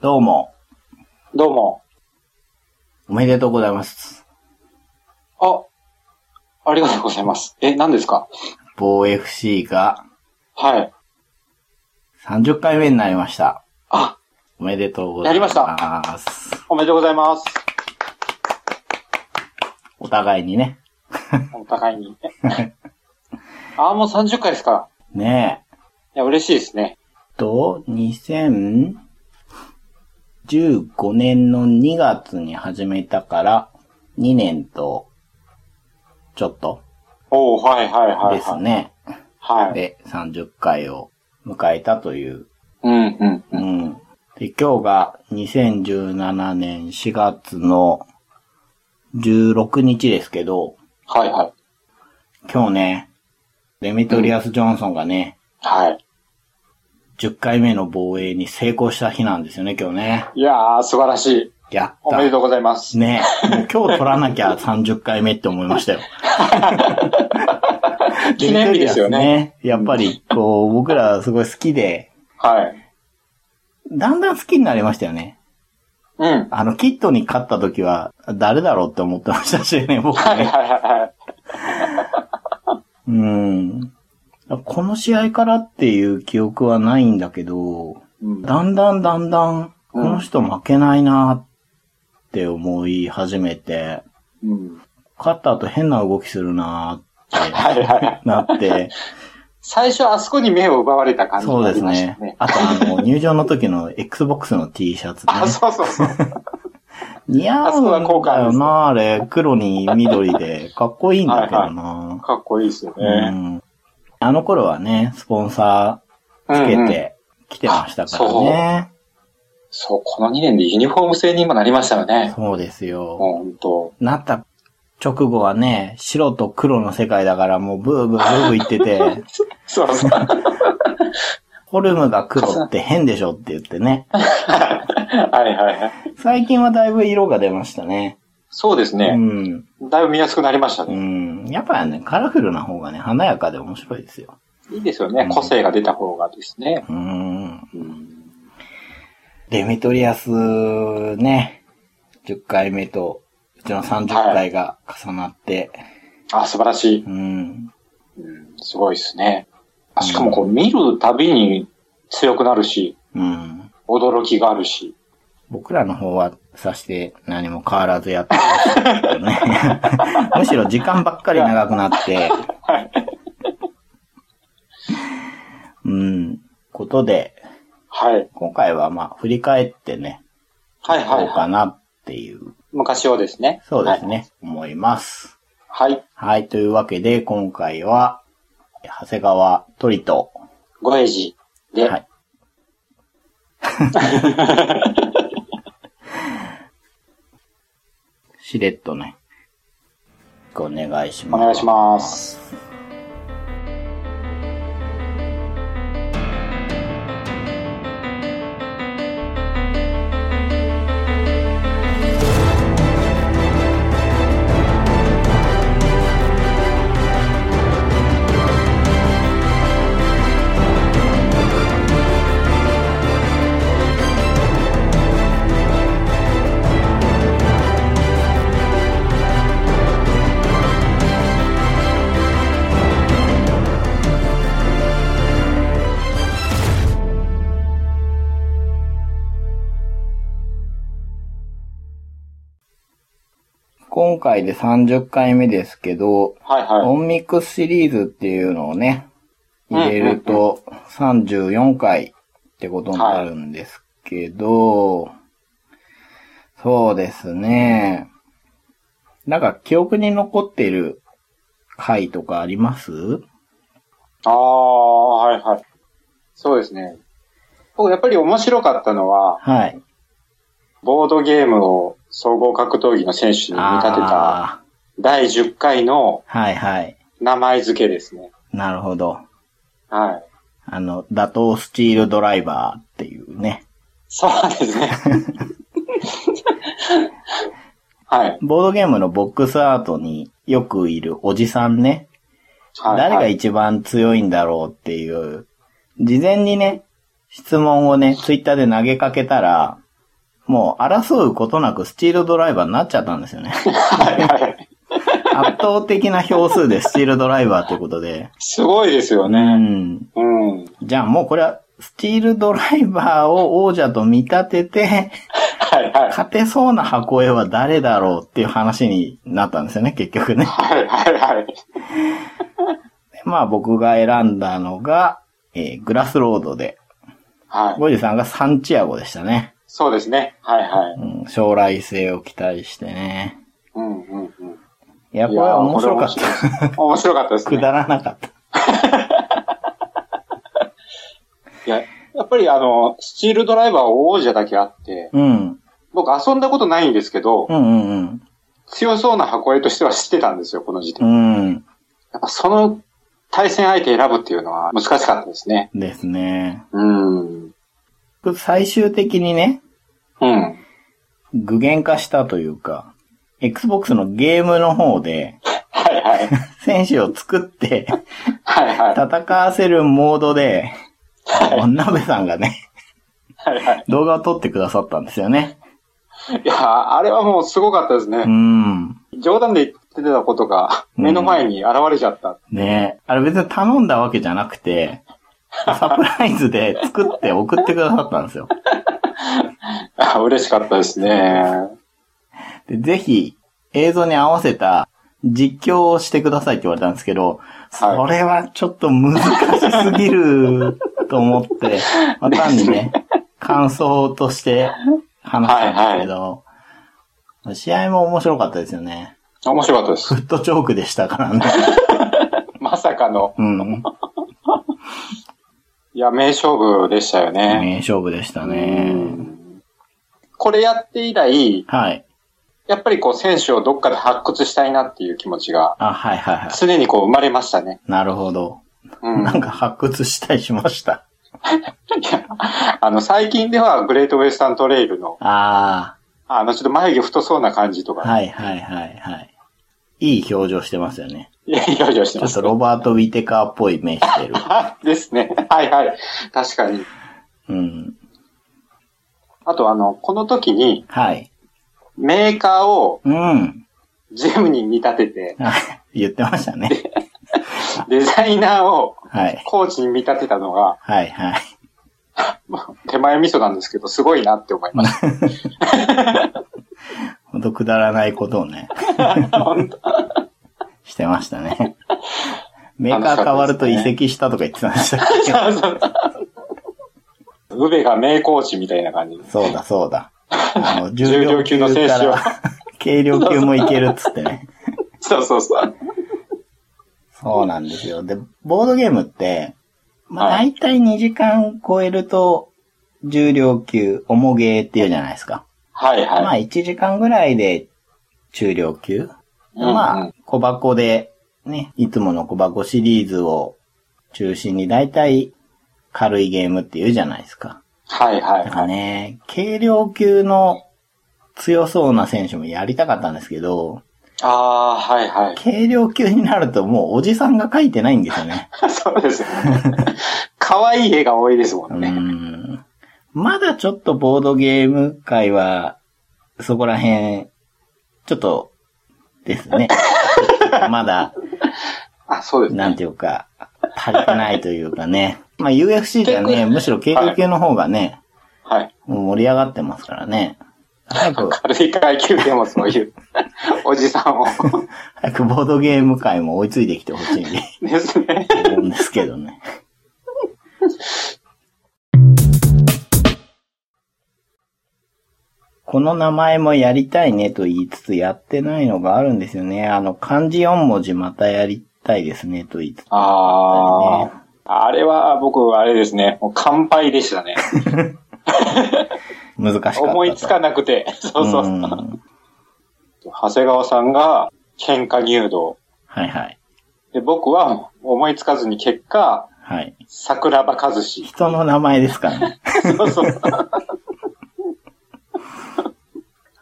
どうも、どうも。おめでとうございます。あ、ありがとうございます。え、何ですか某 FC がはい。 30回目になりました。あ、おめでとうございます。やりました。おめでとうございます。お互いにね。お互い に。あ、もう30回ですかねえ。いや、嬉しいですね。と、2015年の2月に始めたから、2年と、ちょっとおおはいはいはい、ですはい。ね。はい。で、30回を迎えたといううん、うん、う。うんん。で、今日が2017年4月の16日ですけど、はいはい。今日ね、デメトリアス・ジョンソンがね、はい。 10回目の防衛に成功した日なんですよね、今日ね。いやー、素晴らしい。やっおめでた。とうございます。ねもう今日取らなきゃ30回目って思いましたよ。 記念日ですよね。ね。やっぱり、こう、僕らすごい好きで、はい。だんだん好きになりましたよね。うん。あの、キットに勝った時は、誰だろうって思ってましたしね、僕はいはいね。はいはい。うん。この試合からっていう記憶はないんだけど、うんだんだんだんだん、この人負けないなって思い始めて、うん。勝った後変な動きするなっはいはいはい。てな って、最初、あそこに目を奪われた感じそうがあでりすましねたね。。あとあの、入場の時の Xbox の T シャツね。あ、そうそうそう。似合あそこがう効ん果だあるんよですねなあれ、黒に緑で、かっこいいんだけどなかっこいいですようね。ん。あの頃はね、スポンサうーつけんうんて来てましたからね。そう、この2年でユニフォーム制に今なりましたよね。そうですよ。もう本当。なった直後はね、白と黒の世界だからもうブーブーブーブー言ってて、そう そう。フォルムが黒って変でしょって言ってね。はいはいはい。最近はだいぶ色が出ましたね。そうですうね。ん。だいぶ見やすくなりましたうね。ん。やっぱね、カラフルな方がね、華やかで面白いですよ。いいですようねん。個性が出た方がですね。うん。うんデメトリアスね、10回目と、うちの30回が重なって、あ、素晴らしい。うん。うんすごいですね。あしかもこう見るたびに強くなるし、うん。驚きがあるし。僕らの方はさして何も変わらずやってますけどね。 むしろ時間ばっかり長くなって。うん。ことで、はい。今回はまあ振り返ってね、はいはいどうはかい。なっていう、昔をですね。そうですね、思います。はい。はい。はい、というわけで今回は、長谷川鳥と、ご英字で。 はい。しれっとね、お願いしおます。願いします。今回で30回目ですけど、はいはい。オンミクスシリーズっていうのをね、入れると34回ってことになるんですけど、そうですね。なんか記憶に残ってる回とかありますああ、はいはい。そうですね。僕やっぱり面白かったのは、はい。ボードゲームを総合格闘技の選手に見立てたあ第10回のーはいはい。名前付けですね。なるほど。はい。あの、打倒スチールドライバーっていうね。そうで すね。はい。ボードゲームのボックスアートによくいるおじさんね。はい、誰がはい一番強いんだろうっていう、事前にね、質問をね、ツイッターで投げかけたら、もう争うことなくスチールドライバーになっちゃったんですよ ね。はいはい。圧倒的な票数でスチールドライバーということで。すごいですようね。ん。うん。じゃあもうこれは、スチールドライバーを王者と見立てて、はいはい。勝てそうな箱絵は誰だろうっていう話になったんですよね、結局ね。 はいはいはい。でまあ僕が選んだのが、えーグラスロードで、はい。ゴジさんがサンチアゴでしたね。そうですね。はいはい。うん、将来性を期待してね。うんうんうん。いや、これは面白かった。た。面白かったですくね。だらなかった。いや、やっぱりあの、スチールドライバー王者だけあって、うん。僕遊んだことないんですけど、うんうん強そうな箱絵としては知ってたんですよ、この時う点。ん。うん。やっぱその対戦相手選ぶっていうのは難しかったですね。ですね。うん。最終的にね、うん。具現化したというか、Xbox のゲームの方で、はいはい。選手を作って、はいはい。戦わせるモードで、は鍋さんがね、はいはい。動画を撮ってくださったんですよね。いや、あれはもうすごかったですうね。ん。冗談で言ってたことがうん目の前に現れちゃった。ねえ。あれ別に頼んだわけじゃなくて、サプライズで作って送ってくださったんですよ。あ嬉しかったですね。で、ぜひ映像に合わせた実況をしてくださいって言われたんですけど、はいそれはちょっと難しすぎると思 って、まあ単にね、感想として話したんですけど、試合も面白かったですよね。面白かったですフ。ットチョークでしたからね。 まさかの、うん。いや、名勝負でしたよね。名勝負でしたうね。んこれやって以来、はい。やっぱりこう選手をどっかで発掘したいなっていう気持ちがあ、はいはいはい。常にこう生まれましたね。なるほど。うん。なんか発掘したりしました。あの、最近ではグレートウェスタントレイルの、ああの、ちょっと眉毛太そうな感じとあ、か、はいはいはいはい。いい表情してますよね。いや、いろいろしてちょまっとす。ロバート・ウィテカーっぽい目してる。 ですね。はいはい。確かに。うん。あとあの、この時にはい。メーカーをうん。 ジムに見立てて、はい言ってましたね。デザイナーをはい。コーチに見立てたのが、はいはい。まあ手前味噌なんですけど、すごいなって思いました。ほんとくだらないことをね、 本当してました ね。メーカー変わると移籍したとか言ってましたっそうそう そうウベが名コーチみたいな感じ。けそうだそうだ。あの、 重量級の選手を。 軽量級もいけるっつってね。そうそうそう。そうなんですよ。で、ボードゲームって、まあ、は大体2時間超えると、重量級、重ゲーっていうじゃないですか。はいまあ、はい。 1時間ぐらいで中量級。うんうんまあ、小箱で、ね、いつもの小箱シリーズを中心に大体軽いゲームっていうじゃないですか。はいはだいからはい。ね、軽量級の強そうな選手もやりたかったんですけど、ああー、はいはい。 軽量級になるともうおじさんが書いてないんですよ ね。そうですね。可愛い絵が多いですもうんね。んまだちょっとボードゲーム界は、そこら辺、ちょっと、ですね。 まだ、あ、そうですね。なんていうか、足りてないというかね。まあ UFC ではね、むしろ軽量級の方がね、はい。もう盛り上がってますからね。早く、軽い階級でもそういう おじさんを。早くボードゲーム界も追いついてきてほしいんで、ですね。思うんですけどね。 この名前もやりたいねと言いつつやってないのがあるんですよね。あの、漢字4文字またやりたいですねと言いつつ。ああ。あれは僕、あれですね。もう乾杯でしたね。難しかったと。思いつかなくて。そうそううそんう。長谷川さんが喧嘩入道。はいはい。で、僕は思いつかずに結果、はい。桜庭和 志。人の名前ですから ね。そうそう。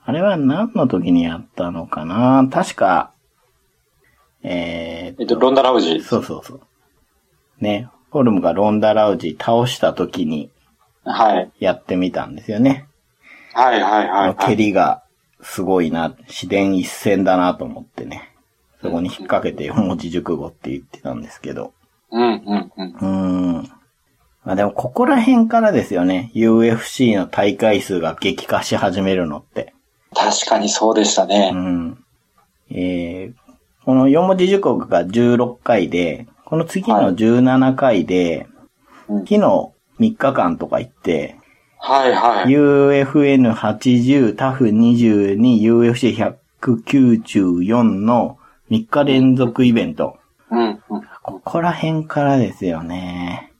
あれは何の時にやったのかな確か、ええーっと、ロンダ・ラウジー。そうそうそう。ね。フォルムがロンダ・ラウジ倒した時にはい。やってみたんですよね。はいはいはい、は蹴い。りがすごいな、自然一線だなと思ってね。そこに引っ掛けて四文字熟語って言ってたんですけど。うんうんうん。うーん。まあでもここら辺からですよね。UFC の大会数が激化し始めるのって。確かにそうでしたうね。ん。えー、この四文字熟語が16回で、この次の17回で、うん昨日3日間とか行って、はいはい。 UFN80、タフ22、UFC194 の3日連続イベント。うんうん。ここら辺からですよね。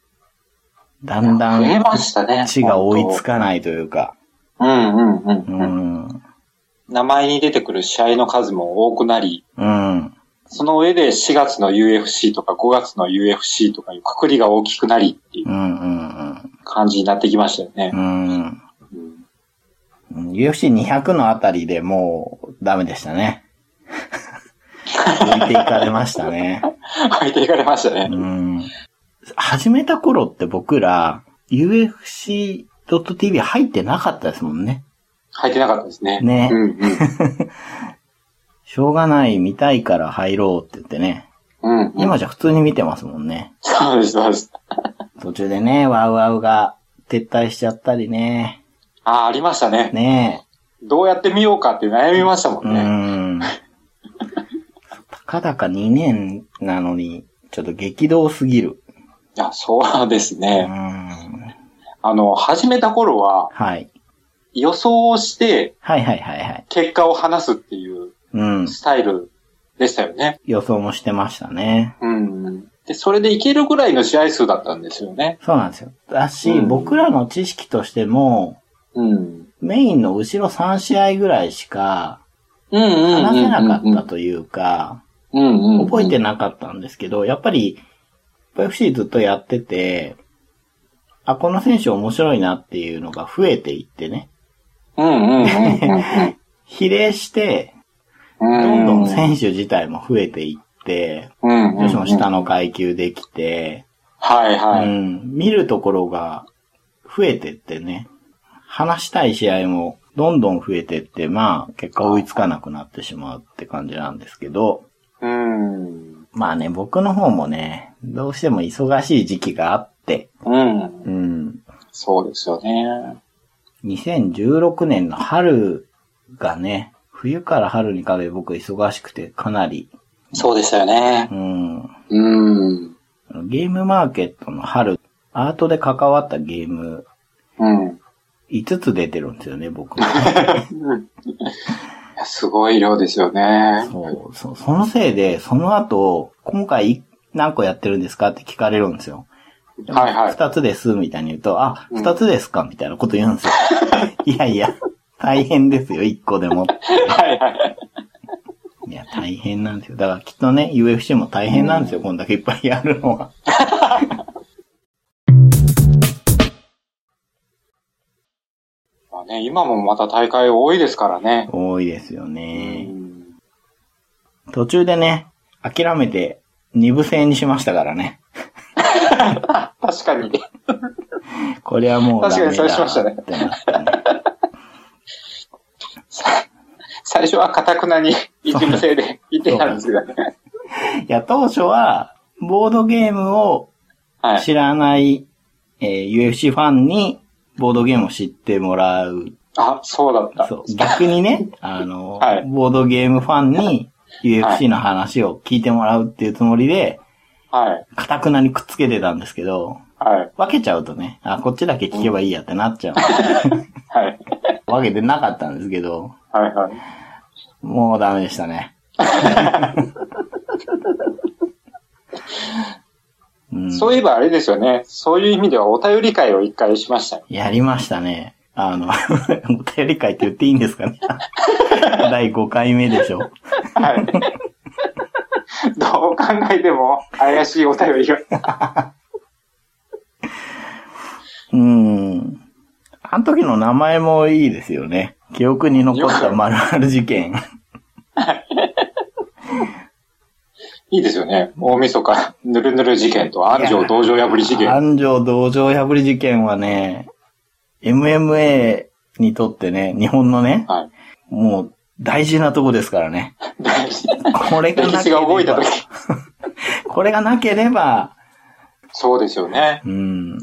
だんだ増えん、ましたね。地が追いつかないというか。うんうんううんうん。ん。名前に出てくる試合の数も多くなり、うん。その上で4月の UFC とか5月の UFC とかいうくくりが大きくなりっていううん。うん。感じになってきましたよねう。ん。うん、 UFC200 のあたりでもう、ダメでしたね。浮いていかれましたね。入っていかれましたね。うん。始めた頃って僕ら、UFC.tv 入ってなかったですもんね。入ってなかったですね。ねうんうん。しょうがない、見たいから入ろうって言ってね。うん、うん。今じゃ普通に見てますもんね。 そうです、そうです。途中でね、ワウワウが撤退しちゃったりね。ああ、ありましたね。ねどうやって見ようかって悩みましたもえ。うんね。ん。たかだか2年なのに、ちょっと激動すぎる。いや、そうですうね。ん。あの、始めた頃ははい。予想をしてはいはいはいはい。結果を話すっていううん。スタイルでしたよね。予想もしてましたね。うん。で、それでいけるぐらいの試合数だったんですよね。そうなんですよ。だし、うん僕らの知識としても、うん。メインの後ろ3試合ぐらいしかうんうんうんうん。話せなかったというか、うんうんうん。覚えてなかったんですけど、やっぱり UFC ずっとやってて、あ、この選手面白いなっていうのが増えていってね、うんうんうんうん比例して、うん。どんどん選手自体も増えていって、うんうんうん女子も下の階級できて、はいはうい。ん、見るところが増えてってね、話したい試合もどんどん増えてって、まあ、結果追いつかなくなってしまうって感じなんですけど、うん。まあね、僕の方もね、どうしても忙しい時期があって、うんう。ん、そうですよね。 2016年の春がね、冬から春にかけて僕忙しくてかなり、そうでしたよねう。ん、うん。ゲームマーケットの春、アートで関わったゲームうん。 5つ出てるんですよね、僕。いやすごい量ですよね。そう、そそのせいで、その後、今回い何個やってるんですかって聞かれるんですよ。はいはい。二つです、みたいに言うと、あ、うん二つですかみたいなこと言 うんですよ。いやいや、大変ですよ、一個でも。はいはい。いや、大変なんですよ。だからきっとね、UFC も大変なんですよ、こんだけいっぱいやるのは。まあね、今もまた大会多いですからね。多いですようね。ん途中でね、諦めて、二部制にしましたからね。確かに。これはもうダメだ。確かにそうしましたねってなってね。最初はかたくなに一部制で言ってたんですけどね。いや、当初は、ボードゲームをはい。知らない、えー UFC ファンにボードゲームを知ってもらう。あ、そうだった。そう。逆にね、あの、はいボードゲームファンには UFC の話を聞いてもらうっていうつもりで、はい。かたくなにくっつけてたんですけど、はい。分けちゃうとね、あ、こっちだけ聞けばいいやってなっ ちゃはい。う。分けてなかったんですけど、はいはい。もうダメでした ね。うんそういえばあれですよね。そういう意味ではお便り会を一回しましたよ。やりましたね。あの、 お便り会って言っていいんですかね 第5回目でしょ。はい。 どう考えても怪しいお便りが。うーん。あの時の名前もいいですよね。記憶に残った〇〇事件。いいですよね。大晦日、ぬるぬる事件と安城道場破り事件。安城道場破り事件はね、MMA にとってね、日本のね、はい。もう大事なとこですからね。大事。これが歴な史けれが動いたば時、。これがなければ、そうですよね。うん。い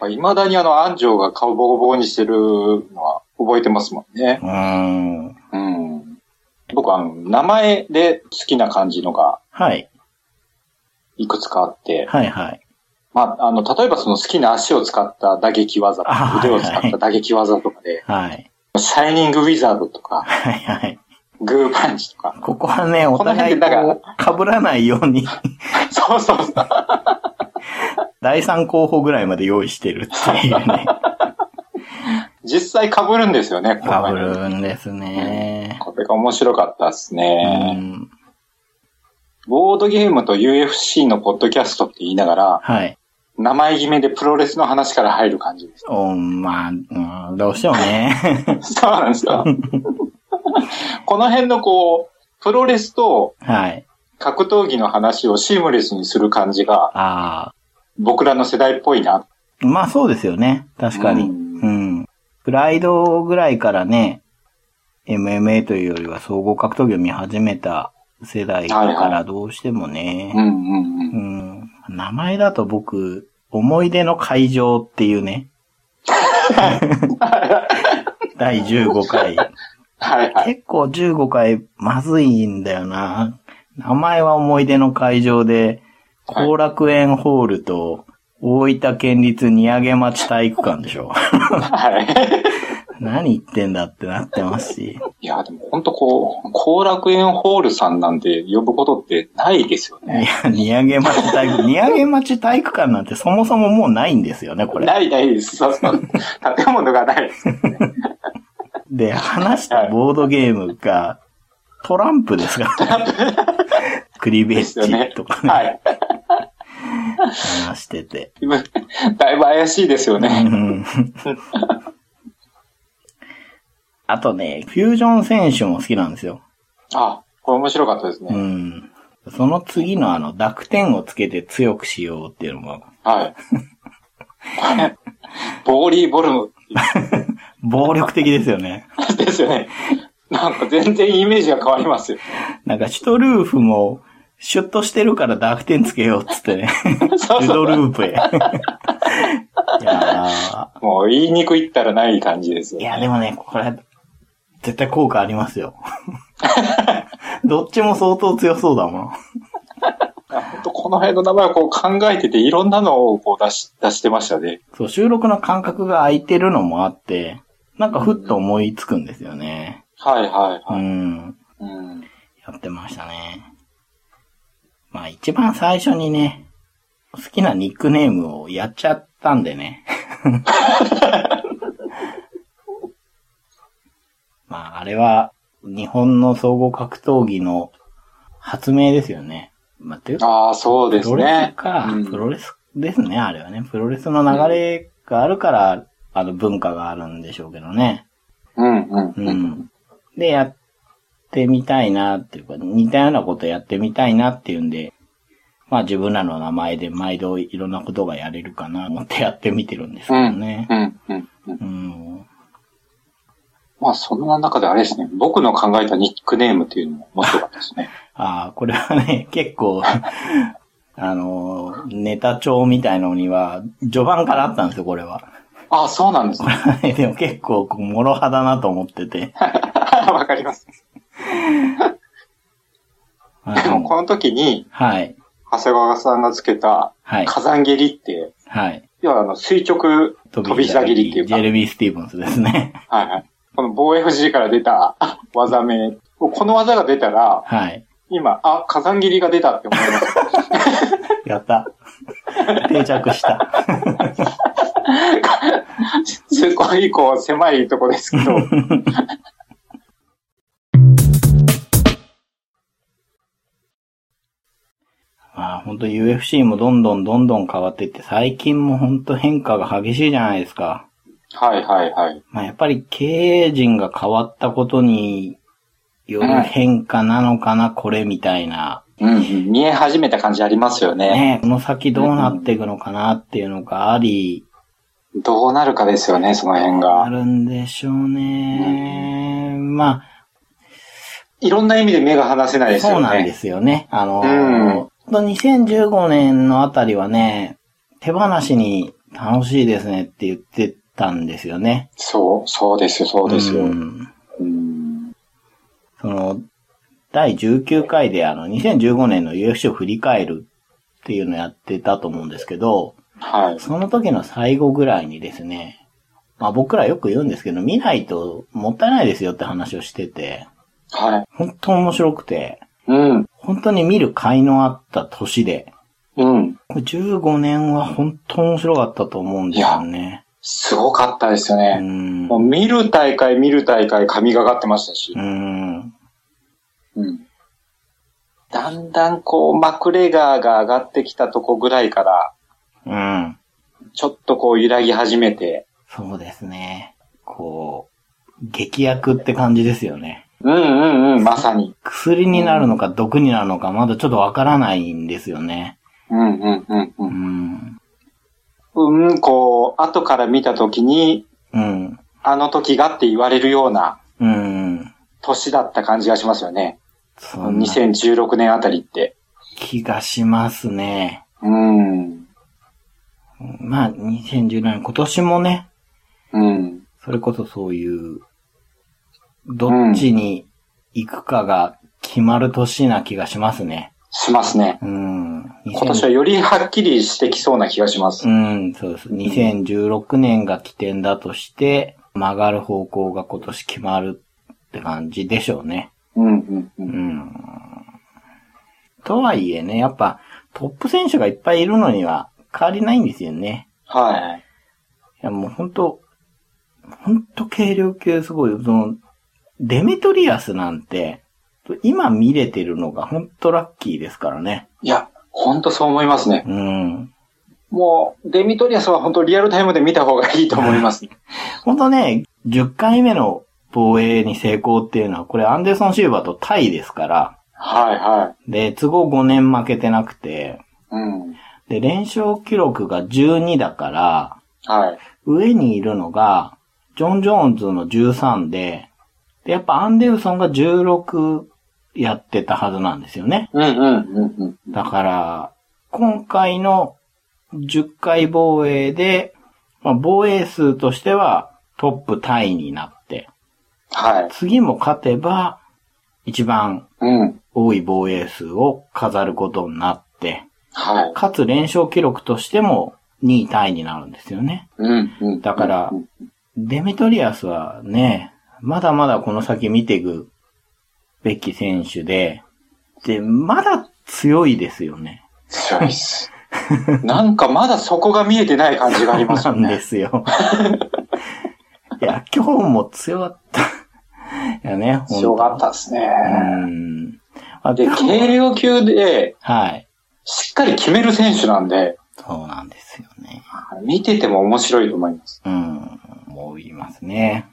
まあ未だにあの、安城が顔ボコボコにしてるのは覚えてますもんね。うん。うん。僕はあの、名前で好きな感じのがはい。いくつかあって、はいはい。まあ、あの、例えばその好きな足を使った打撃技とあか、はい腕を使った打撃技とかで、はい。シャイニングウィザードとか、はいはい。グーパンチとか、 ここはね、おこの互辺いでだからこう、被らないよう に、そうそうそう。第3候補ぐらいまで用意してるっていう ね。実際被るんですよね、この前被のるんですね。これが面白かったですうね。ん。ボードゲームと UFC のポッドキャストって言いながら、はい。名前決めでプロレスの話から入る感じです。 おまあ、うん、どうしてもね。 そうなんですよ。この辺のこう、プロレスとはい。格闘技の話をシームレスにする感じが、あ僕らの世代っぽいな。あ。まあそうですよね。確かに。ううんん。プライドぐらいからね、MMA というよりは総合格闘技を見始めた世代だはかいはらどうしてもね。うんうんうん。うん。名前だと僕、思い出の会場っていうね。第15回。はいはい。結構15回まずいんだよな。名前は思い出の会場で、はい後楽園ホールと大分県立荷上町体育館でしょ。 はい。何言ってんだってなってますし。いや、でも本当こう、後楽園ホールさんなんて呼ぶことってないですよいね。や、荷上町体育、荷上町体育館なんてそもそももうないんですよね、これ。ないないです。そうそう。建物がないです。で、話したボードゲームが、トランプですかクリベですよッねジとかね、はい。話してて。だいぶ怪しいですようね。んあとね、フュージョン選手も好きなんですよ。あ、これ面白かったですうね。ん。その次のあの、濁点をつけて強くしようっていうのも、はい。 ボーリーボルム暴力的ですよね。ですよね。なんか全然イメージが変わりますよ。なんか、シュトルーフも、シュッとしてるから濁点つけようっつってね。そうルドそう。ループへ。いやーもう言いにくいったらない感じですよいね。や、でもね、これ、絶対効果ありますよ。 どっちも相当強そうだもん。ほんとこの辺の名前をこう考えてて、いろんなのをこう出し、出してましたね。そう、収録の間隔が空いてるのもあって、なんかふっと思いつくんですよね。はいはいうはい。ん。うん。やってましたね。まあ一番最初にね、好きなニックネームをやっちゃったんでね。 まああれは日本の総合格闘技の発明ですよね。まあ、というか、ああ、そうでプすロレスね。か、うんプロレスですね、あれはね。プロレスの流れがあるから、あの文化があるんでしょうけどね。うんうんううん。ん。で、やってみたいなっていうか、似たようなことやってみたいなっていうんで、まあ自分らの名前で毎度いろんなことがやれるかなと思ってやってみてるんですけどね。うんうんうん。うん。まあ、そんな中であれですね、僕の考えたニックネームっていうのも面白かったですね。ああ、これはね、 結構、あの、ネタ帳みたいのには、序盤からあったんですよ、これは。 ああ、そうなんですね。 でも結構、もろ派だなと思ってて。わかります。あでも、のこの時に、はい。長谷川さんがつけた、はい。火山蹴りって、はい。要はあの、垂直飛び膝蹴りっていうジか、ェレビー・スティーブンスですね。 はいはい。この防衛 FG から出た 技名。もうこの技が出たら、はい。今、あ、火山切りが出たって思い ました。やった。定着した。 すごい、こう、狭いとこです けど。まあ本当 UFC もどんどんどんどん変わってって、最近も本当変化が激しいじゃないですか。はいはいはい。まあやっぱり経営陣が変わったことによる変化なのかな、これみたいな。うんうん、見え始めた感じありますよね。ね、この先どうなっていくのかなっていうのがあり、どうなるかですよね、その辺あが。るんでしょうね。まいろんな意味で目が離せなあ、いですよね。そうなんですよね。あのうんー、ほんと2015年のあたりはね、手放しに楽しいですねって言ってたんですよね。そう、そうですよ、そうですよ。んうんその、第19回であの、2015年の UFC を振り返るっていうのをやってたと思うんですけど、はい。その時の最後ぐらいにですね、まあ僕らよく言うんですけど、見ないともったいないですよって話をしてて、はい。本当面白くて、うん。本当に見る甲斐のあった年で、うん。 15年は本当面白かったと思うんですよね。すごかったですようね。ん。もう見る大会、見る大会、神がかってましたしう。ん。うん。だんだんこう、マクレガーが上がってきたとこぐらいから、うん。ちょっとこう揺らぎ始めて、そうですね。こう、劇薬って感じですよね。うんうんうん、まさに。薬になるのか毒になるのかまだちょっとわからないんですよね。うんうんうんう。うんん。うん、こう、後から見たときに、うん。あの時がって言われるようなうん。年だった感じがしますよね。そんな2016年あたりって。気がしますね。うん。まあ、2017年、今年もね、うん。それこそそういう、どっちに行くかが決まる年な気がしますね。しますね。うん。今年はよりはっきりしてきそうな気がします。うん、そうです。2016年が起点だとして、曲がる方向が今年決まるって感じでしょうね。うんうんう。うんん。とはいえね、やっぱトップ選手がいっぱいいるのには変わりないんですよね。はい。いやもうほんと、ほんと軽量級すごい。その、デメトリアスなんて、今見れてるのがほんとラッキーですからね。いや、ほんとそう思いますね。うん。もう、デミトリアスは本当リアルタイムで見た方がいいと思います。ほんとね、10回目の防衛に成功っていうのは、これアンデルソン・シルバーとタイですから、はいはで、都合5年負けてなくて、い。うん。で、連勝記録が12だから、はい。上にいるのが、ジョン・ジョーンズの13で、で、やっぱアンデルソンが16やってたはずなんですよね。うんうんうんうん。だから、今回の10回防衛で、まあ、防衛数としてはトップタイになって、はい。次も勝てば、一番うん。多い防衛数を飾ることになって、はい。かつ連勝記録としても2位タイになるんですよね。うんうん。だからうんデメトリアスはね、まだまだこの先見ていくべき選手で、で、まだ強いですよね。強いっす。なんかまだそこが見えてない感じがあります なよんでね。すよ。いや、今日も強かった。いやね、ほん強かったですね。うん。あで、軽量級で、はい。しっかり決める選手なんで、そうなんですよね。見てても面白いと思います。うん。思いますね。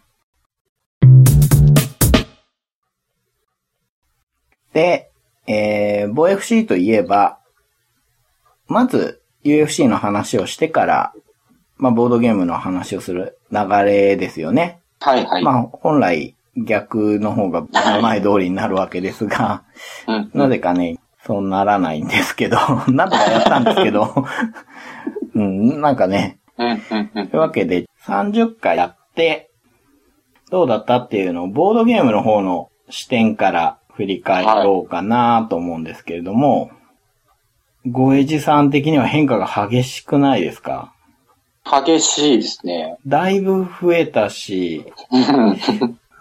で、えー、防 FC といえば、まず UFC の話をしてから、まあ、ボードゲームの話をする流れですよね。はいはい。まあ、本来逆の方が名前通りになるわけですが、うんなぜかね、そうならないんですけど、 なんとかやったんですけど、うん、なんかね、うんうんうんというわけで、30回やって、どうだったっていうのを、ボードゲームの方の視点から振り返ろうかなと思うんですけれども、ごえじさん的には変化が激しくないですか激しいですね。だいぶ増えたし、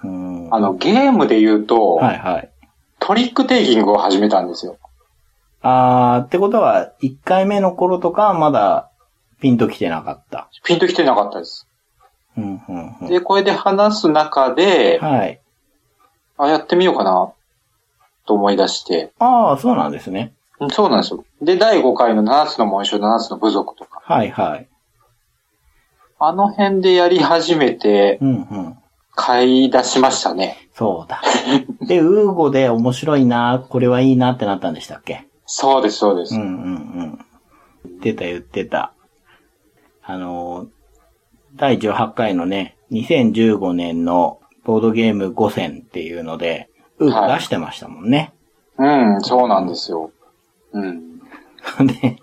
うん、あの、ゲームで言うと、はいはい。トリックテイキングを始めたんですよ。あー、ってことは、1回目の頃とかはまだピンと来てなかった。ピンときてなかったです。うん、うん、うん。で、これで話す中で、はい。あ、やってみようかな、と思い出して。あー、そうなんですね。うんそうなんですよ。で、第5回の7つの紋章、7つの部族とか、はいはい。あの辺でやり始めて、うん、うん。買い出しましたね。そうだ。で、ウーゴで面白いな、これはいいなってなったんでしたっけそうです、そうでうす。んうんうん。言ってた言ってた。あのー、第18回のね、2015年のボードゲーム5選っていうので、うはい出してましたもんね。 うん、そうなんですよ。うん。で、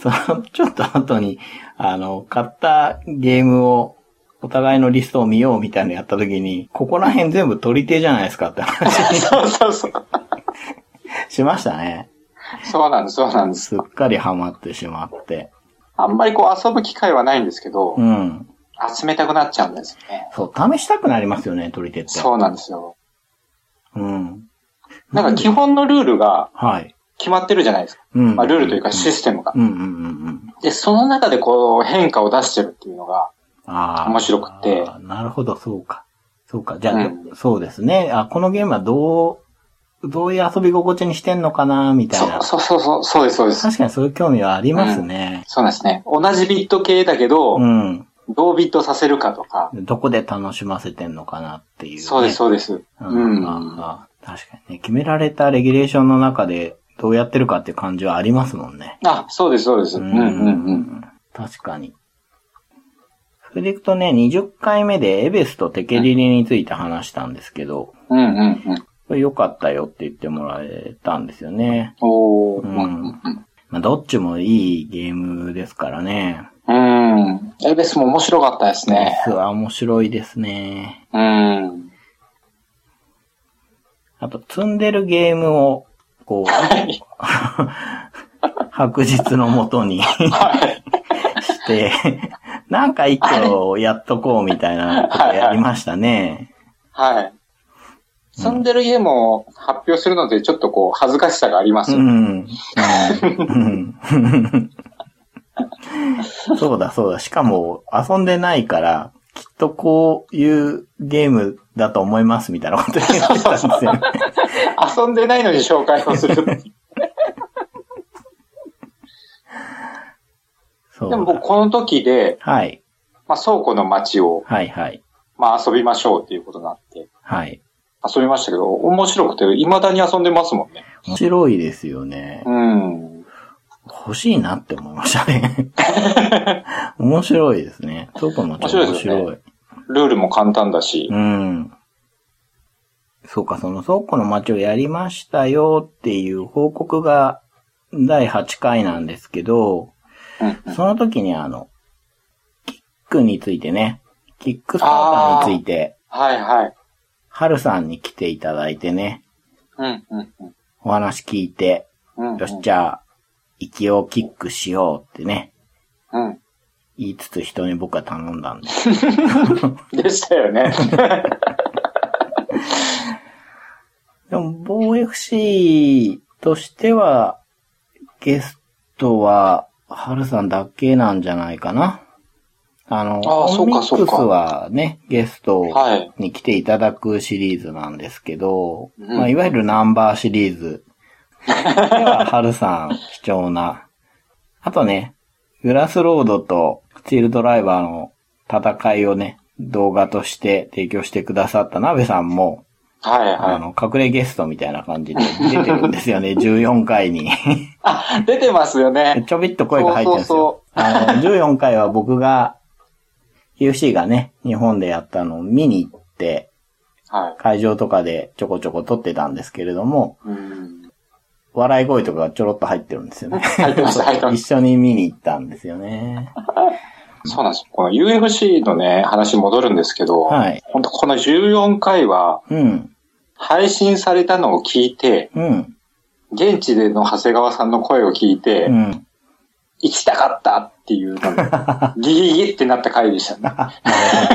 その、ちょっと後に、あの、買ったゲームを、お互いのリストを見ようみたいなのやった時に、ここら辺全部取り手じゃないですかって話そうそうそう。しましたね。そうなんです、そうなんです。すっかりハマってしまって。あんまりこう遊ぶ機会はないんですけど、うん。集めたくなっちゃうんですよね。そう、試したくなりますよね、取り手って。そうなんですよ。う。うん。なんか基本のルールがはい。決まってるじゃないですか。うん。まあ、ルールというかシステムが。うんうんうんうん。で、その中でこう変化を出してるっていうのが、ああ。面白くてあーなるほど、そうか。そうか。じゃあ、うんそうですね。あ、このゲームはどう、どういう遊び心地にしてんのかな、みたいな。そうそうそう、そうです、そうです。確かにそういう興味はありますね。そうなんですね。同じビット系だけど、うん。どうビットさせるかとか。どこで楽しませてんのかなっていう、ね。そうです、そうです。うん。ああああ確かにね、決められたレギュレーションの中でどうやってるかって感じはありますもんね。あ、そうです、そうです。うん、うん、うん。確かに。それでいくとね、20回目でエベスとテケリリについて話したんですけど、うん、うん、うん。これ良かったよって言ってもらえたんですよね。おー。ううんんうんうんまあ、どっちもいいゲームですからね。うん。エベスも面白かったですエね。ベスは面白いですね。うん。あと、積んでるゲームを、こう、はい。 白日のもとにはい。して、なんか一挙やっとこうみたいなことやりましたね。はい。積んでるゲームを発表するので、ちょっとこう、恥ずかしさがありまうす。ん。うんうんそうだそうだ。しかも、遊んでないから、きっとこういうゲームだと思いますみたいなこと言ってたんですよね。遊んでないのに紹介を する。でそうも僕、だ。この時で、はい。まあ、倉庫の街を、はいはい。まあ、遊びましょうっていうことになって、はい。遊びましたけど、面白くて、未だに遊んでますもんね。面白いですよね。うん。欲しいなって思いましたね。面白いですね。そうかもちょっと面白い。面白ルールも簡単だし。うん。そうか、その倉庫の街をやりましたよっていう報告が第8回なんですけど、うん。その時にあの、キックについてね、キックスターターについて、はいはい。ハルさんに来ていただいてね、うん、うん、うんお話聞いて、うん。うんよし、じゃあ、息をキックしようってね、うん。言いつつ人に僕は頼んだんで。でしたよね。でも、防 FC としては、ゲストは、ハルさんだけなんじゃないかな。あの、あーコミそッうかそうクスかはね、ゲストはい。に来ていただくシリーズなんですけど、うんまあ、いわゆるナンバーシリーズでは、ハルさん貴重な。あとね、グラスロードとスチールドライバーの戦いをね、動画として提供してくださったナベさんも、はいあはい。の、隠れゲストみたいな感じで出てるんですよ ね、14回に。あ、出てますよね。ちょびっと声が入ってるんですよ。あの、14回は僕が、UFC がね、日本でやったのを見に行って、は会場とかでちょこちょこ撮ってたんですけれども、い。うん。笑い声とかがちょろっと入ってるんですよね。入ってました、入ってま 一し緒に見に行ったんですよね。た。そうなんですよ。この UFC のね、話に戻るんですけど、はい。本当この14回は、うん。配信されたのを聞いて、うん。現地での長谷川さんの声を聞いて、うん。行きたかったっていうの が、ギリギリってなった回でしたね。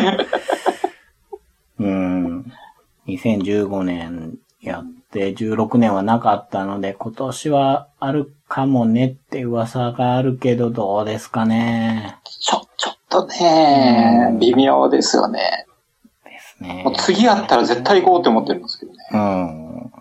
うん。2015年やって、16年はなかったので、今年はあるかもねって噂があるけど、どうですかね。ちょ、ちょっとねうん、微妙ですよね。ですねもう。次あったら絶対行こうって思ってるんですけどね。うん。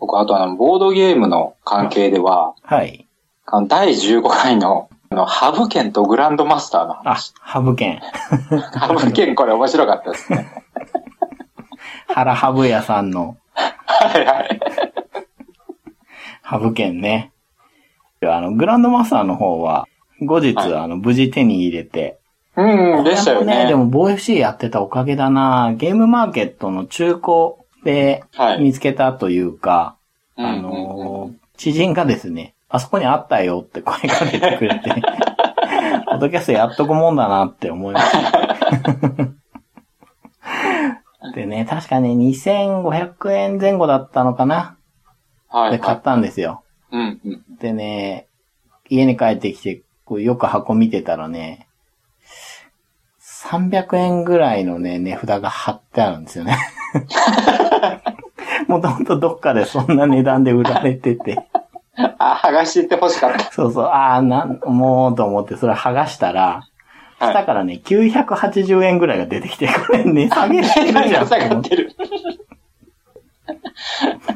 僕、あとあの、ボードゲームの関係では、はい。あの、第15回の、あの、ハブ剣とグランドマスターのあ話。、ハブ券。ハブ剣これ面白かったで すね。原ハブ屋さんの はいはい。ハブ券ね。あの、グランドマスターの方は、後日、はいあの、無事手に入れて、うん、うん、でしたよこれもね。でも、ボー FC やってたおかげだなゲームマーケットの中古ではい。見つけたというか、うんあうんうんのー知人がですね、あそこにあったよって声かけてく れて、ポッドキャストやっとくもんだなって思いま した。でね、確かね、2500円前後だったのかなはでい。買はったんですよ。い。うん、うん。でね、家に帰ってきて、こうよく箱見てたらね、300円ぐらいのね、値札が貼ってあるんですよ ね。もともとどっかでそんな値段で売られてて。あ、剥がして欲しかった。そうそう、ああ、なん、もうと思ってそれ剥がしたら、はい下からね、980円ぐらいが出てきて、これ値下げして るじゃんと下が思っって。てる。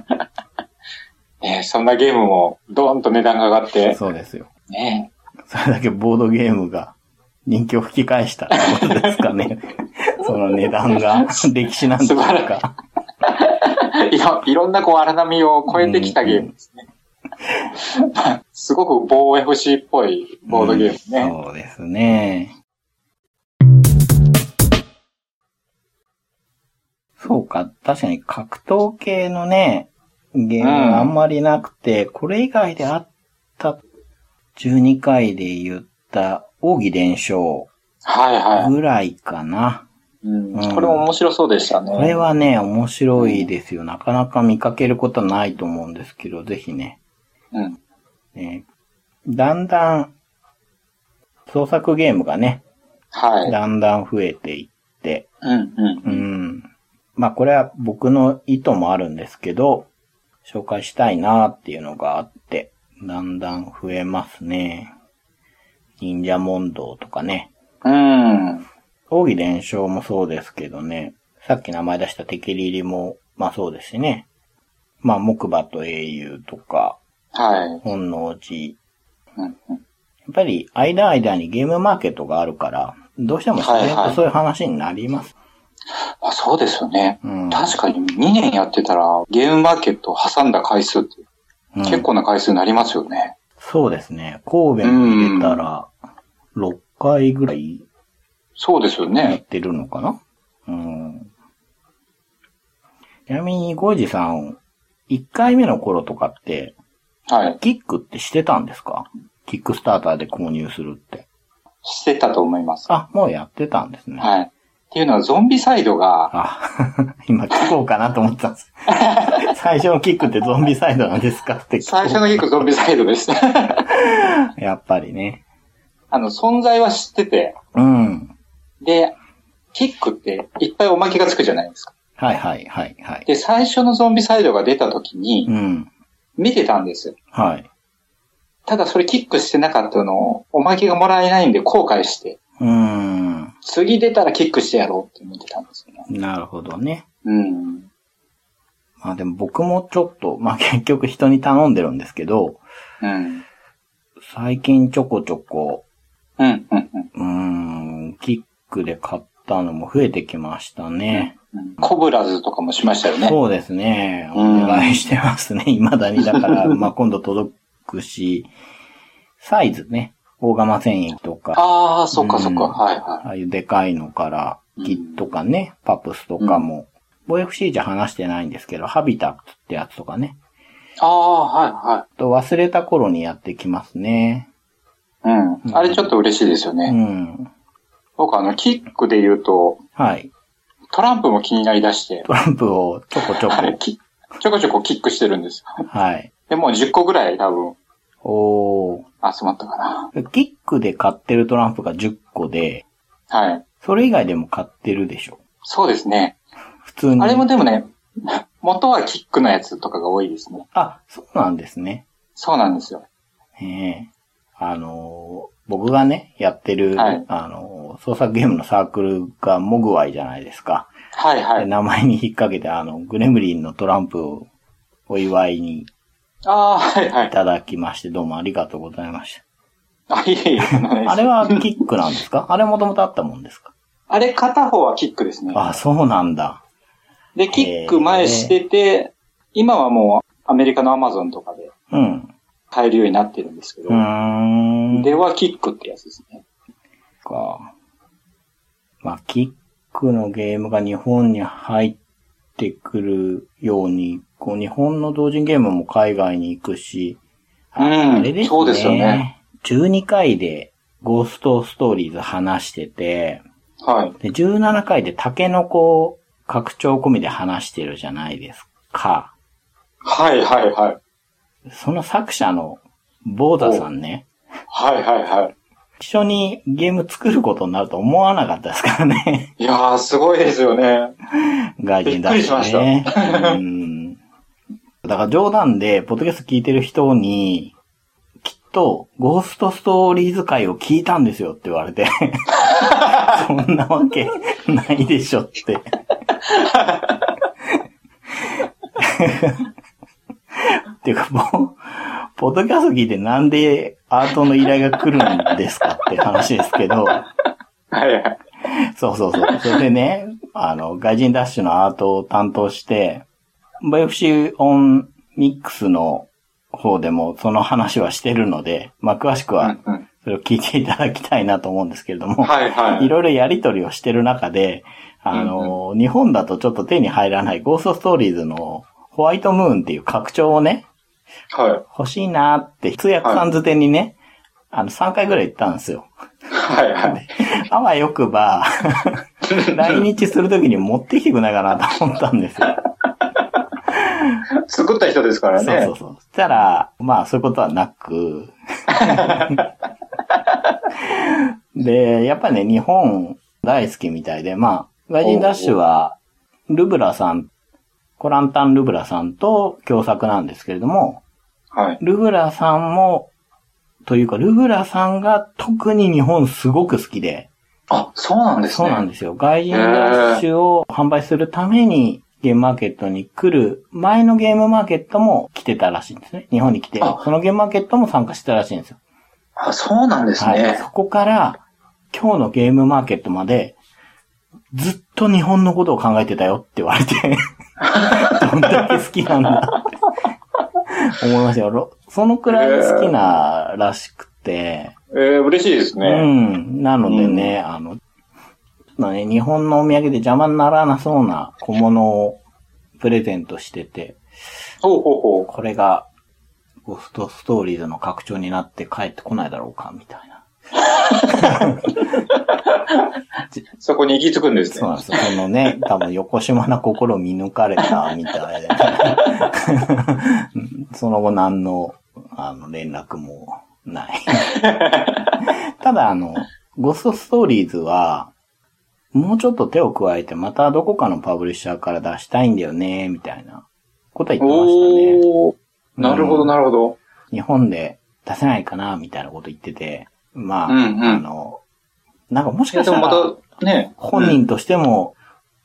ねえそんなゲームも、ドーンと値段が上がって、そうですよ。ねそれだけボードゲームが人気を吹き返したってことですか ね。その値段が歴史なんでしょう素晴らか。 えいろいろんなこう荒波を超えてきたゲームですね。すごく棒 FC っぽいボードゲームね。うんそうですね。そうか、確かに格闘系のね、ゲームがあんまりなくて、これ以外であった12回で言った奥義伝承はいはぐらいかな。い、うんうんこれも面白そうでしたね。これはね、面白いですよ。なかなか見かけることはないと思うんですけど、ぜひね、うん。えーだんだん、創作ゲームがね、はい。だんだん増えていって、うんうん。うん。まあこれは僕の意図もあるんですけど、紹介したいなっていうのがあって、だんだん増えますね。忍者問答とかね。うん。奥義伝承もそうですけどね。さっき名前出したテケリリも、まあそうですしね。まあ木馬と英雄とか、はい。本能寺うんうんやっぱり間間にゲームマーケットがあるから、どうしても自然はいとはいそういう話になります。あそうですよね。うん確かに2年やってたらゲームマーケットを挟んだ回数ってうん結構な回数になりますよね。そうですね。神戸に入れたら、6回ぐらいそうですよやっね。てるのかな、うん、ちなみに、ゴージさん、1回目の頃とかって、はい。キックってしてたんですかキックスターターで購入するって。してたと思います。あ、もうやってたんですね。はい。っていうのはゾンビサイドが、あ、 今聞こうかなと思ってたんです。 最初のキックってゾンビサイドなんですかって聞こう最初の結構ゾンビサイドでした。やっぱりね。 あの、存在は知ってて、うん。で、キックっていっぱいおまけがつくじゃないですか。はいはいはいはい。で、最初のゾンビサイドが出た時にうん。見てたんですよ。はい。ただそれキックしてなかったのをおまけがもらえないんで後悔して、うーん。次出たらキックしてやろうって思ってたんですよね。なるほどね。うん。まあでも僕もちょっと、まあ結局人に頼んでるんですけど、うん。最近ちょこちょこ、うん、うん、うんうーん、キックで買ったのも増えてきましたね。うん。コブラズとかもしましたよね。そうですね。おうん願いしてますね。未だに。だから、 まあ今度届くし、サイズね。大釜繊維とか。ああ、そっかそっか。うんはいはああいうでかいのから、キッとかね、パプスとかも、ボー FC じゃ話してないんですけど、ハビタッツってやつとかね。い。ああ、はあと忘れた頃にやってきますね。いはい。うん。あれちょっと嬉しいですよね。うん。僕あの、キックで言うと、はい。トランプも気になりだして、 トランプをちょこちょあれこ。きちょこちょこキックしてるんですよ。はい。で、もう10個ぐらい多分お集まったかな。ー。キックで買ってるトランプが10個で、はい。それ以外でも買ってるでしょ。そうですね。普通に。あれもでもね、 元はキックのやつとかが多いですね。あ、そうなんですね。そうなんですよ。ねえあのー僕がね、やってる、はいあのー創作ゲームのサークルがモグワイじゃないですか。はいはでい。名前に引っ掛けて、あの、グレムリンのトランプをお祝いにいああ、はいはい。ただきまして、どうもありがとうございましあ、いえいえ、そんなことなた。いですあれはキックなんですかあれもともとあったもんですかあれ片方はキックですね。あ、そうなんだ。で、キック前してて、今はもうアメリカのアマゾンとかでうん。買えるようになってるんですけどう、ーん。ではキックってやつですね。か。まあ、キックのゲームが日本に入ってくるように、こう、日本の同人ゲームも海外に行くし、あうんあれですね。そうですよね。 12回でゴーストストーリーズ話してて、はい。で、17回でタケノコ拡張込みで話してるじゃないですか。はいはいはい。その作者のボーダさんね、はいはいは一緒にゲーム作ることになると思わなかったですからね。い。いやー、すごいですよね。外人だびっくりしましね。うんだから冗談で、ポッドキャスト聞いてる人に、きっと、ゴーストストーリーズ会を聞いたんですよって言われて、そんなわけないでしょって。っていうか、もう、ポッドキャスト聞いてなんでアートの依頼が来るんですかって話ですけど、はいはい。そうそうそう。 それでね、あの、外人ダッシュのアートを担当して、VFC オンミックスの方でもその話はしてるので、まあ、詳しくうはんうんそれを聞いていただきたいなと思うんですけれども、はいはいい。ろいろやりとりをしてる中で、あの、日本だとちょっと手に入らないゴーストストーリーズのホワイトムーンっていう拡張をね、はい。欲しいなーって通訳さんづてにね、あの3回ぐらい言ったんですよ。はいはい。あわよく ば、来日するときに持ってきてくれないかなと思ったんですよ。作った人ですからそうねそう。そう。そしたら、まあそういうことはなく、 で、やっぱね、日本大好きみたいで、まあ、外人ダッシュは、ルブラさん、コランタン・ルブラさんと共作なんですけれども、はい。ルブラさんも、というか、ルブラさんが特に日本すごく好きで、あ、そうなんですそうね。なんですよ。外人ダッシュを販売するために、ゲームマーケットに来る前のゲームマーケットも来てたらしいんですね。日本に来て、あそのゲームマーケットも参加してたらしいんですよ。あ、そうなんですはい。ね。そこから、今日のゲームマーケットまで、ずっと日本のことを考えてたよって言われて、 どんだけ好きなんだって思いましたよ。ろそのくらい好きならしくて、えー、嬉しいですうね。ん。なのでね、あの、ちょっとね、日本のお土産で邪魔にならなそうな小物をプレゼントしてて、ほうほうほう。これが、ゴーストストーリーズの拡張になって帰ってこないだろうか、みたいな。そこに行き着くんですそうねなん。ですよ。そのね、多分、横島な心見抜かれた、みたいで、うんその後何の、あの、連絡も ない。ただ、あの、ゴーストストーリーズは、もうちょっと手を加えて、またどこかのパブリッシャーから出したいんだよね、みたいなことは言ってましたね。おー。なるほど、うんなるほど。日本で出せないかな、みたいなこと言ってて、まあ、うんうんあの、なんかもしえかしでたもら、また、ね。本人としても、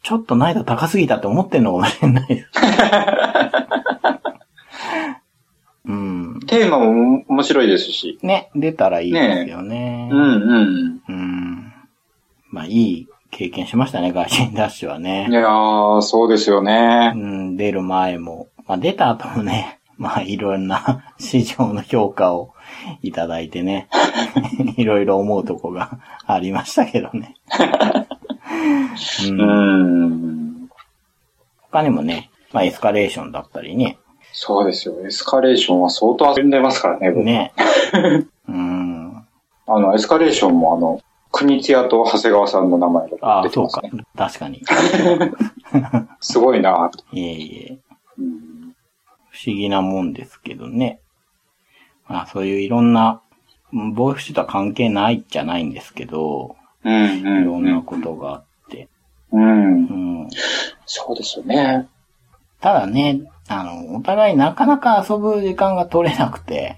ちょっと難易度高すぎたって思ってんのかもしれないです。うん。うん。テーマも面白いですし。ね、出たらいいですよね。うんうん。うん。まあ、いい経験しましたね、外人ダッシュはいね。やー、そうですようね。ん、出る前も。まあ、出た後もね、 まあ、いろんな市場の評価をいただいてね、いろいろ思うとこがありましたけどね。ううんーん。他にもね、まあ、エスカレーションだったりね。そうですよ。エスカレーションは相当遊んでますからね。僕 ね。うん。ああの、エスカレーションもあの、国津屋と長谷川さんの名前があー、出てそうますかね。。確かに。すごいなぁと。いえいえ。うん不思議なもんですけどね。まあ、そういういろんな、うん防衛士とは関係ないじゃないんですけど、うんいうんろんなことがあって。うん。うん。そうですよね。ただね、あの、お互いなかなか遊ぶ時間が取れなくて、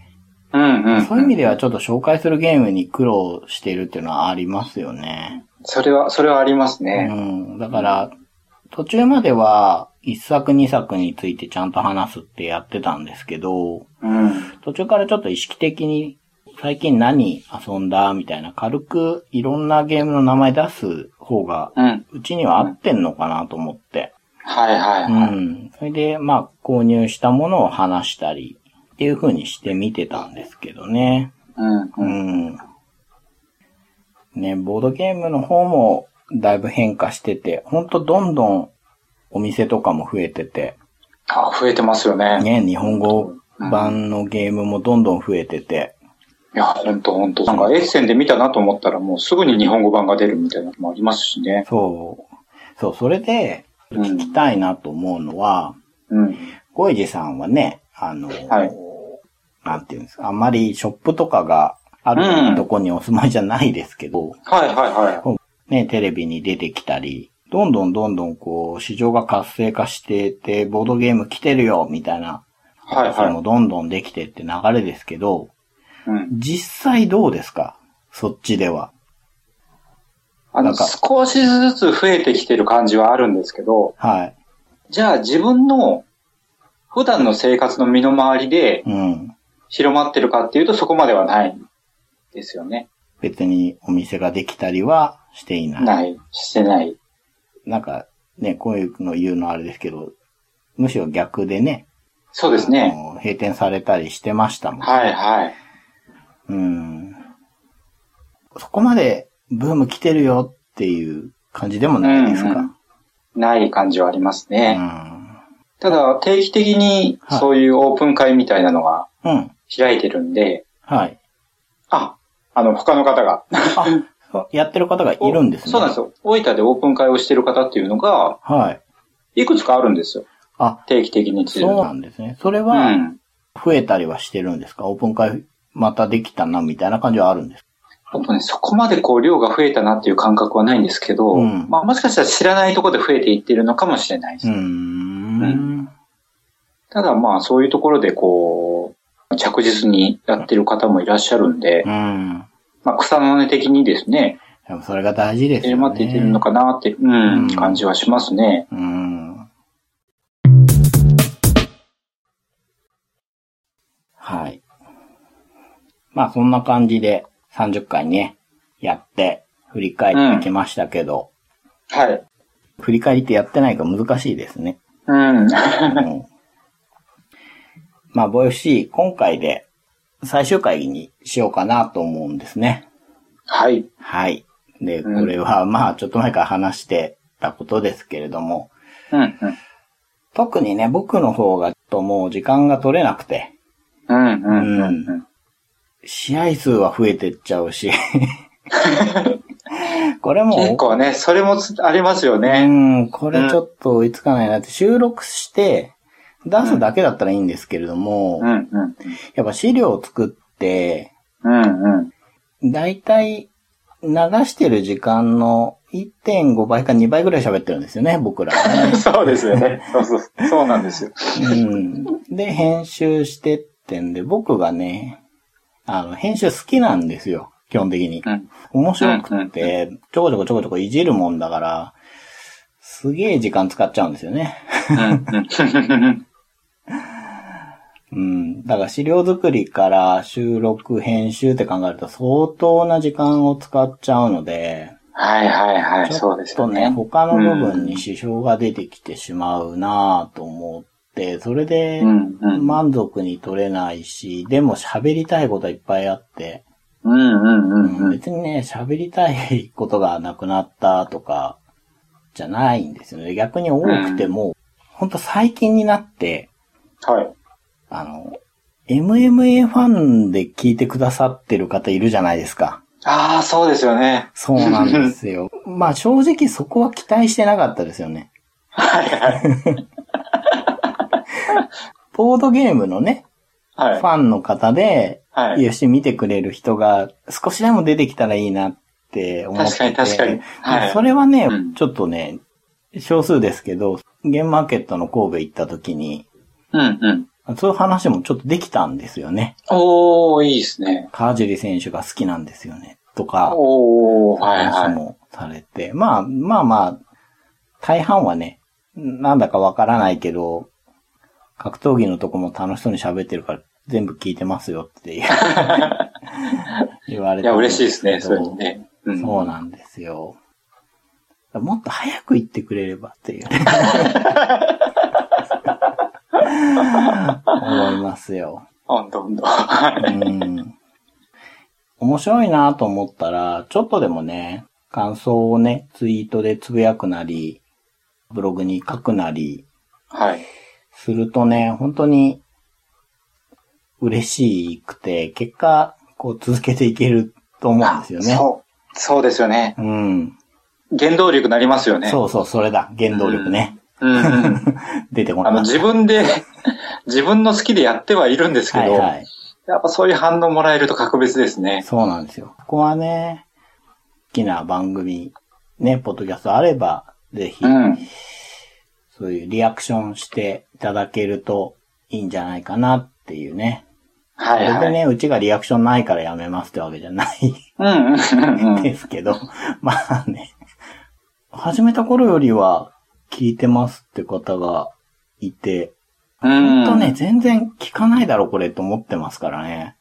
うんうん。そういう意味ではちょっと紹介するゲームに苦労してるっていうのはありますよね。それは、それはありますね。うん。だから、途中までは、一作二作についてちゃんと話すってやってたんですけど、うん。途中からちょっと意識的に、最近何遊んだみたいな、軽くいろんなゲームの名前出す方が、うん。うちには合ってんのかなと思って。はいはういはい。ん。それで、まあ、購入したものを話したり、っていう風にして見てたんですけどね。うん。うん。ね、ボードゲームの方も、だいぶ変化してて、ほんとどんどんお店とかも増えてて、あ、増えてますよね。ね、日本語版のゲームもどんどん増えてて、いや、ほんとほんと。なんかエッセンで見たなと思ったらもうすぐに日本語版が出るみたいなのもありますしね。そう、そう、それでうん聞きたいなと思うのは、うん。ゴイジさんはね、あの、はいなんていうんですか、あんまりショップとかがあうんるとこにお住まいじゃないですけど、はいはいはい。ね、テレビに出てきたり、どんどんどんどんこう、市場が活性化してて、ボードゲーム来てるよ、みたいな、はいそれはもどんどんできてって流れですけど、い。うん。実際どうですかそっちでは。あなんの、か少しずつ増えてきてる感じはあるんですけど、はい。じゃあ自分の普段の生活の身の回りでうん。広まってるかっていうとそこまではないんですよね。別にお店ができたりはしていない。ない、してない。なんか、ね、こういうの言うのあれですけど、むしろ逆でね、そうですあね。の閉店されたりしてましたもん。はいはい。うん。そこまでブーム来てるよっていう感じでもないですか。うんうんない感じはありますね。うただ定期的にはいそういうオープン会みたいなのがん。うん。開いてるんで、はい。あ、あの他の方が。あ、そうやってる方がいるんですね。そうなんですよ。大分でオープン会をしてる方っていうのが、はい。いくつかあるんですよ。あ、定期的に続そうなんですね。それうは、ん。増えたりはしてるんですか、オープン会、またできたな、みたいな感じはあるんですか本当ね、そこまでこう量が増えたなっていう感覚はないんですけど、うんまあもしかしたら知らないところで増えていってるのかもしれないでうす。ーん。ただまあそういうところでこう、着実にやってる方もいらっしゃるんで、うん。まあ草の根的にですね、でもそれが大事ですよね。広まっていってるのかなって、ううんん、感じはしますね。うん。はい。まあそんな感じで30回ね、やって振り返ってきましたけど、はい。振り返りってやってないから難しいですね。うん。う んまあ、ボイシー、今回で最終回にしようかなと思うんですね。はい。はい。で、こうんれはまあ、ちょっと前から話してたことですけれども、うん、うん。特にね、僕の方がちょっともう時間が取れなくて、うん、うん、うんうん。試合数は増えてっちゃう し、これも、結構ね、それもつありますようね。ん、これちょっと追いつかないなって、収録して出すだけだったらいいんですけれども、うん、うん。やっぱ資料を作って、うん、うん。だいたい流してる時間の1.5倍か2倍ぐらい喋ってるんですよね、僕らはね。そうですよね。 そうそう。そうなんですよ。うん。で、編集してってんで、僕がね、あの、編集好きなんですよ、基本的に。うん。面白くうんて、ちょこちょこちょこちょこいじるもんだから、すげえ時間使っちゃうんですよね。うん、 うん。うん。だから資料作りから収録、編集って考えると相当な時間を使っちゃうので、はいはいはい、ちょそっうですとよね、ね。他の部分に支障が出てきてしまうなぁと思って、それでうんうん。満足に取れないし、でも喋りたいことはいっぱいあって、うんうんうんうん。別にね、喋りたいことがなくなったとか、じゃないんですよね。逆に多くても、ほんと最近になって、はい。あの、MMA ファンで聞いてくださってる方いるじゃないですか。ああ、そうですよね。そうなんです よ。まあ正直そこは期待してなかったですよね。はいはい。ボードゲームのね、はいフ。ァンの方で、はい。よし、見てくれる人が少しでも出てきたらいいなって思ってて。確かに確かに。はい。それはね、うんちょっとね、少数ですけど、ゲームマーケットの神戸行った時に、うんうん。そういう話もちょっとできたんですよね。おー、いいですね。川尻選手が好きなんですよね。とか、おー、はい話はい。もされて。まあまあまあ、大半はね、なんだかわからないけど、格闘技のとこも楽しそうに喋ってるから全部聞いてますよって いう言われいて。や、嬉しいですね、そそうれにね。うん。そうなんですよ。もっと早く言ってくれればって いうね、思いますよ。ほんとほんと。はい。うん面白いなと思ったら、ちょっとでもね、感想をね、ツイートでつぶやくなり、ブログに書くなり、はい。するとね、本当に嬉しくて、結果、こう続けていけると思うんですよね。そう。そうですよね。うん。原動力になりますよね。そうそう、それだ。原動力ね。うん。うん。出てこなあい。の、自分で、 自分の好きでやってはいるんですけど、はいはい。やっぱそういう反応もらえると格別ですね。そうなんですよ。ここはね、好きな番組、ね、ポッドキャストあれば、ぜひう、ん。そういうリアクションしていただけるといいんじゃないかなっていうね。はいそれはでい。ね、うちがリアクションないからやめますってわけじゃないうんうんうんうん。です けど、まあね、始めた頃よりは聞いてますって方がいて、うん。本当ね、。全然聞かないだろこれと思ってますから ね。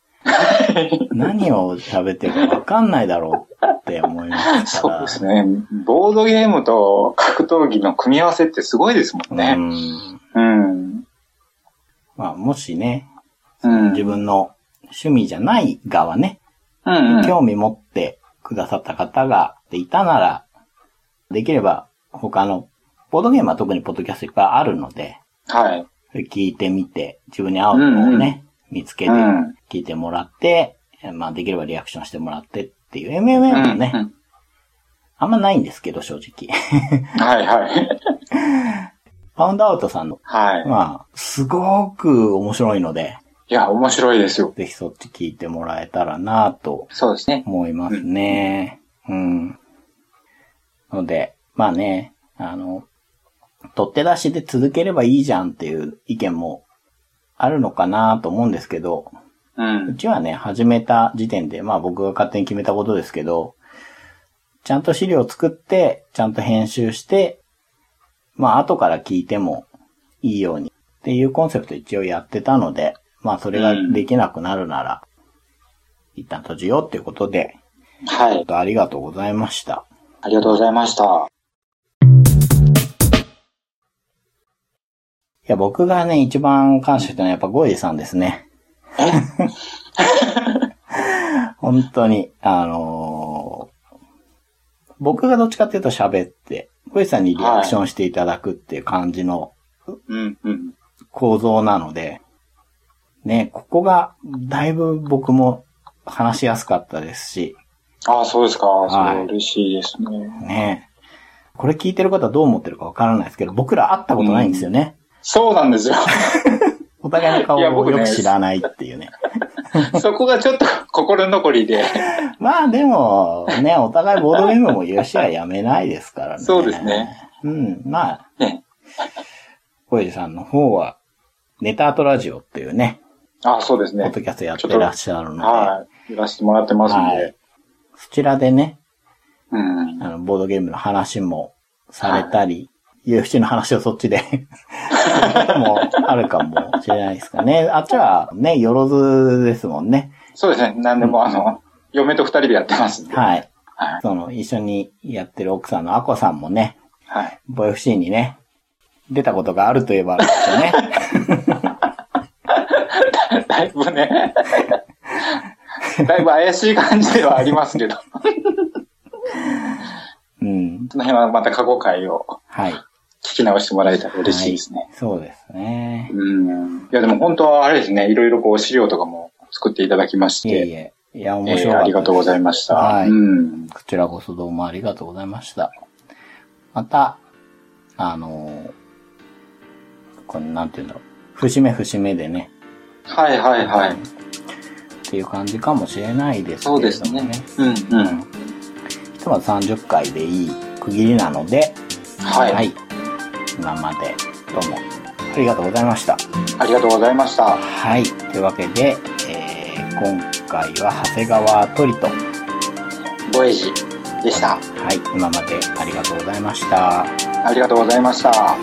何を喋ってるかわかんないだろうって思いますかそうら。ですね。ボードゲームと格闘技の組み合わせってすごいですもんうね。ん。うん。まあ、もしね、うん。自分の趣味じゃない側ね、うんうん。興味持ってくださった方がいたなら、できれば他の、ボードゲームは特にポッドキャストいっぱいあるので、はい。聞いてみて、自分に合うのをね、見つけてう、ん。聞いてもらって、まあできればリアクションしてもらってっていう、MMA もね、うんうんあんまないんですけど、正直。 はいはい。パウンドアウトさんの、はい。まあ、すごく面白いので、いや、面白いですよ。ぜひそっち聞いてもらえたらなぁとそうですね。思いますね。うん。ので、まあね、あの、取って出しで続ければいいじゃんっていう意見もあるのかなと思うんですけど、う。うんちはね、始めた時点で、まあ僕が勝手に決めたことですけど、ちゃんと資料を作って、ちゃんと編集して、まあ後から聞いてもいいようにっていうコンセプト一応やってたので、まあそれができなくなるなら、一旦閉じようっていうことで、はい。ありがとうございました。ありがとうございました。いや、僕がね、一番感謝したのはやっぱゴイジさんですね。本当に、あのー僕がどっちかっていうと喋って、ゴイジさんにリアクションしていただくっていう感じのうんうん。構造なので、ね、ここがだいぶ僕も話しやすかったですし、ああ、そうですか。はそいれ嬉しいですね。ね、これ聞いてる方はどう思ってるかわからないですけど、僕ら会ったことないんですよね。そうなん ですよ。お互いの顔いやを僕ねよく知らないっていうね。そこがちょっと心残りで。まあでも、 ね、お互いボードゲームも許しはやめないですからね。そうですね。うん、まあ、ね。小池さんの方は、ネタアートラジオっていうね、ああ、そうですポッねド。キャストやってらっしゃるので、はい。やらせてもらってますんはでい。そちらでね、うん。あの、ボードゲームの話もされたり、UFC の話をそっちで、することもあるかもしれないですか ね。あっちはね、よろずですもんね。そうですね。何でも、あの、嫁と二人でやってますんで。はい。はい。その、一緒にやってる奥さんのアコさんもね、はい。 ボイフシーにね、出たことがあるといえばあるんですよね。 だいぶね、 だいぶ怪しい感じではありますけど、 うん。その辺はまた過去回をはい。聞き直してもらえたら嬉しいですね。そうですね。うん。いや、でも本当はあれですね、いろいろこう資料とかも作っていただきましいえいて、え。いや、え面白かったでーす、ありがとうございました。はいうん。こちらこそどうもありがとうございました。また、あのーこれなんて言うんだろう。節目節目でね、はいはいはい。っていう感じかもしれないですけそうれですどもねね。。うんううんん。ひとまず30回でいい区切りなので、はい。今までどうもありがとうございました。ありがとうございました。はい。というわけで、えー今回は長谷川トリと、はボエジでした。い、今までありがとうございました。ありがとうございました。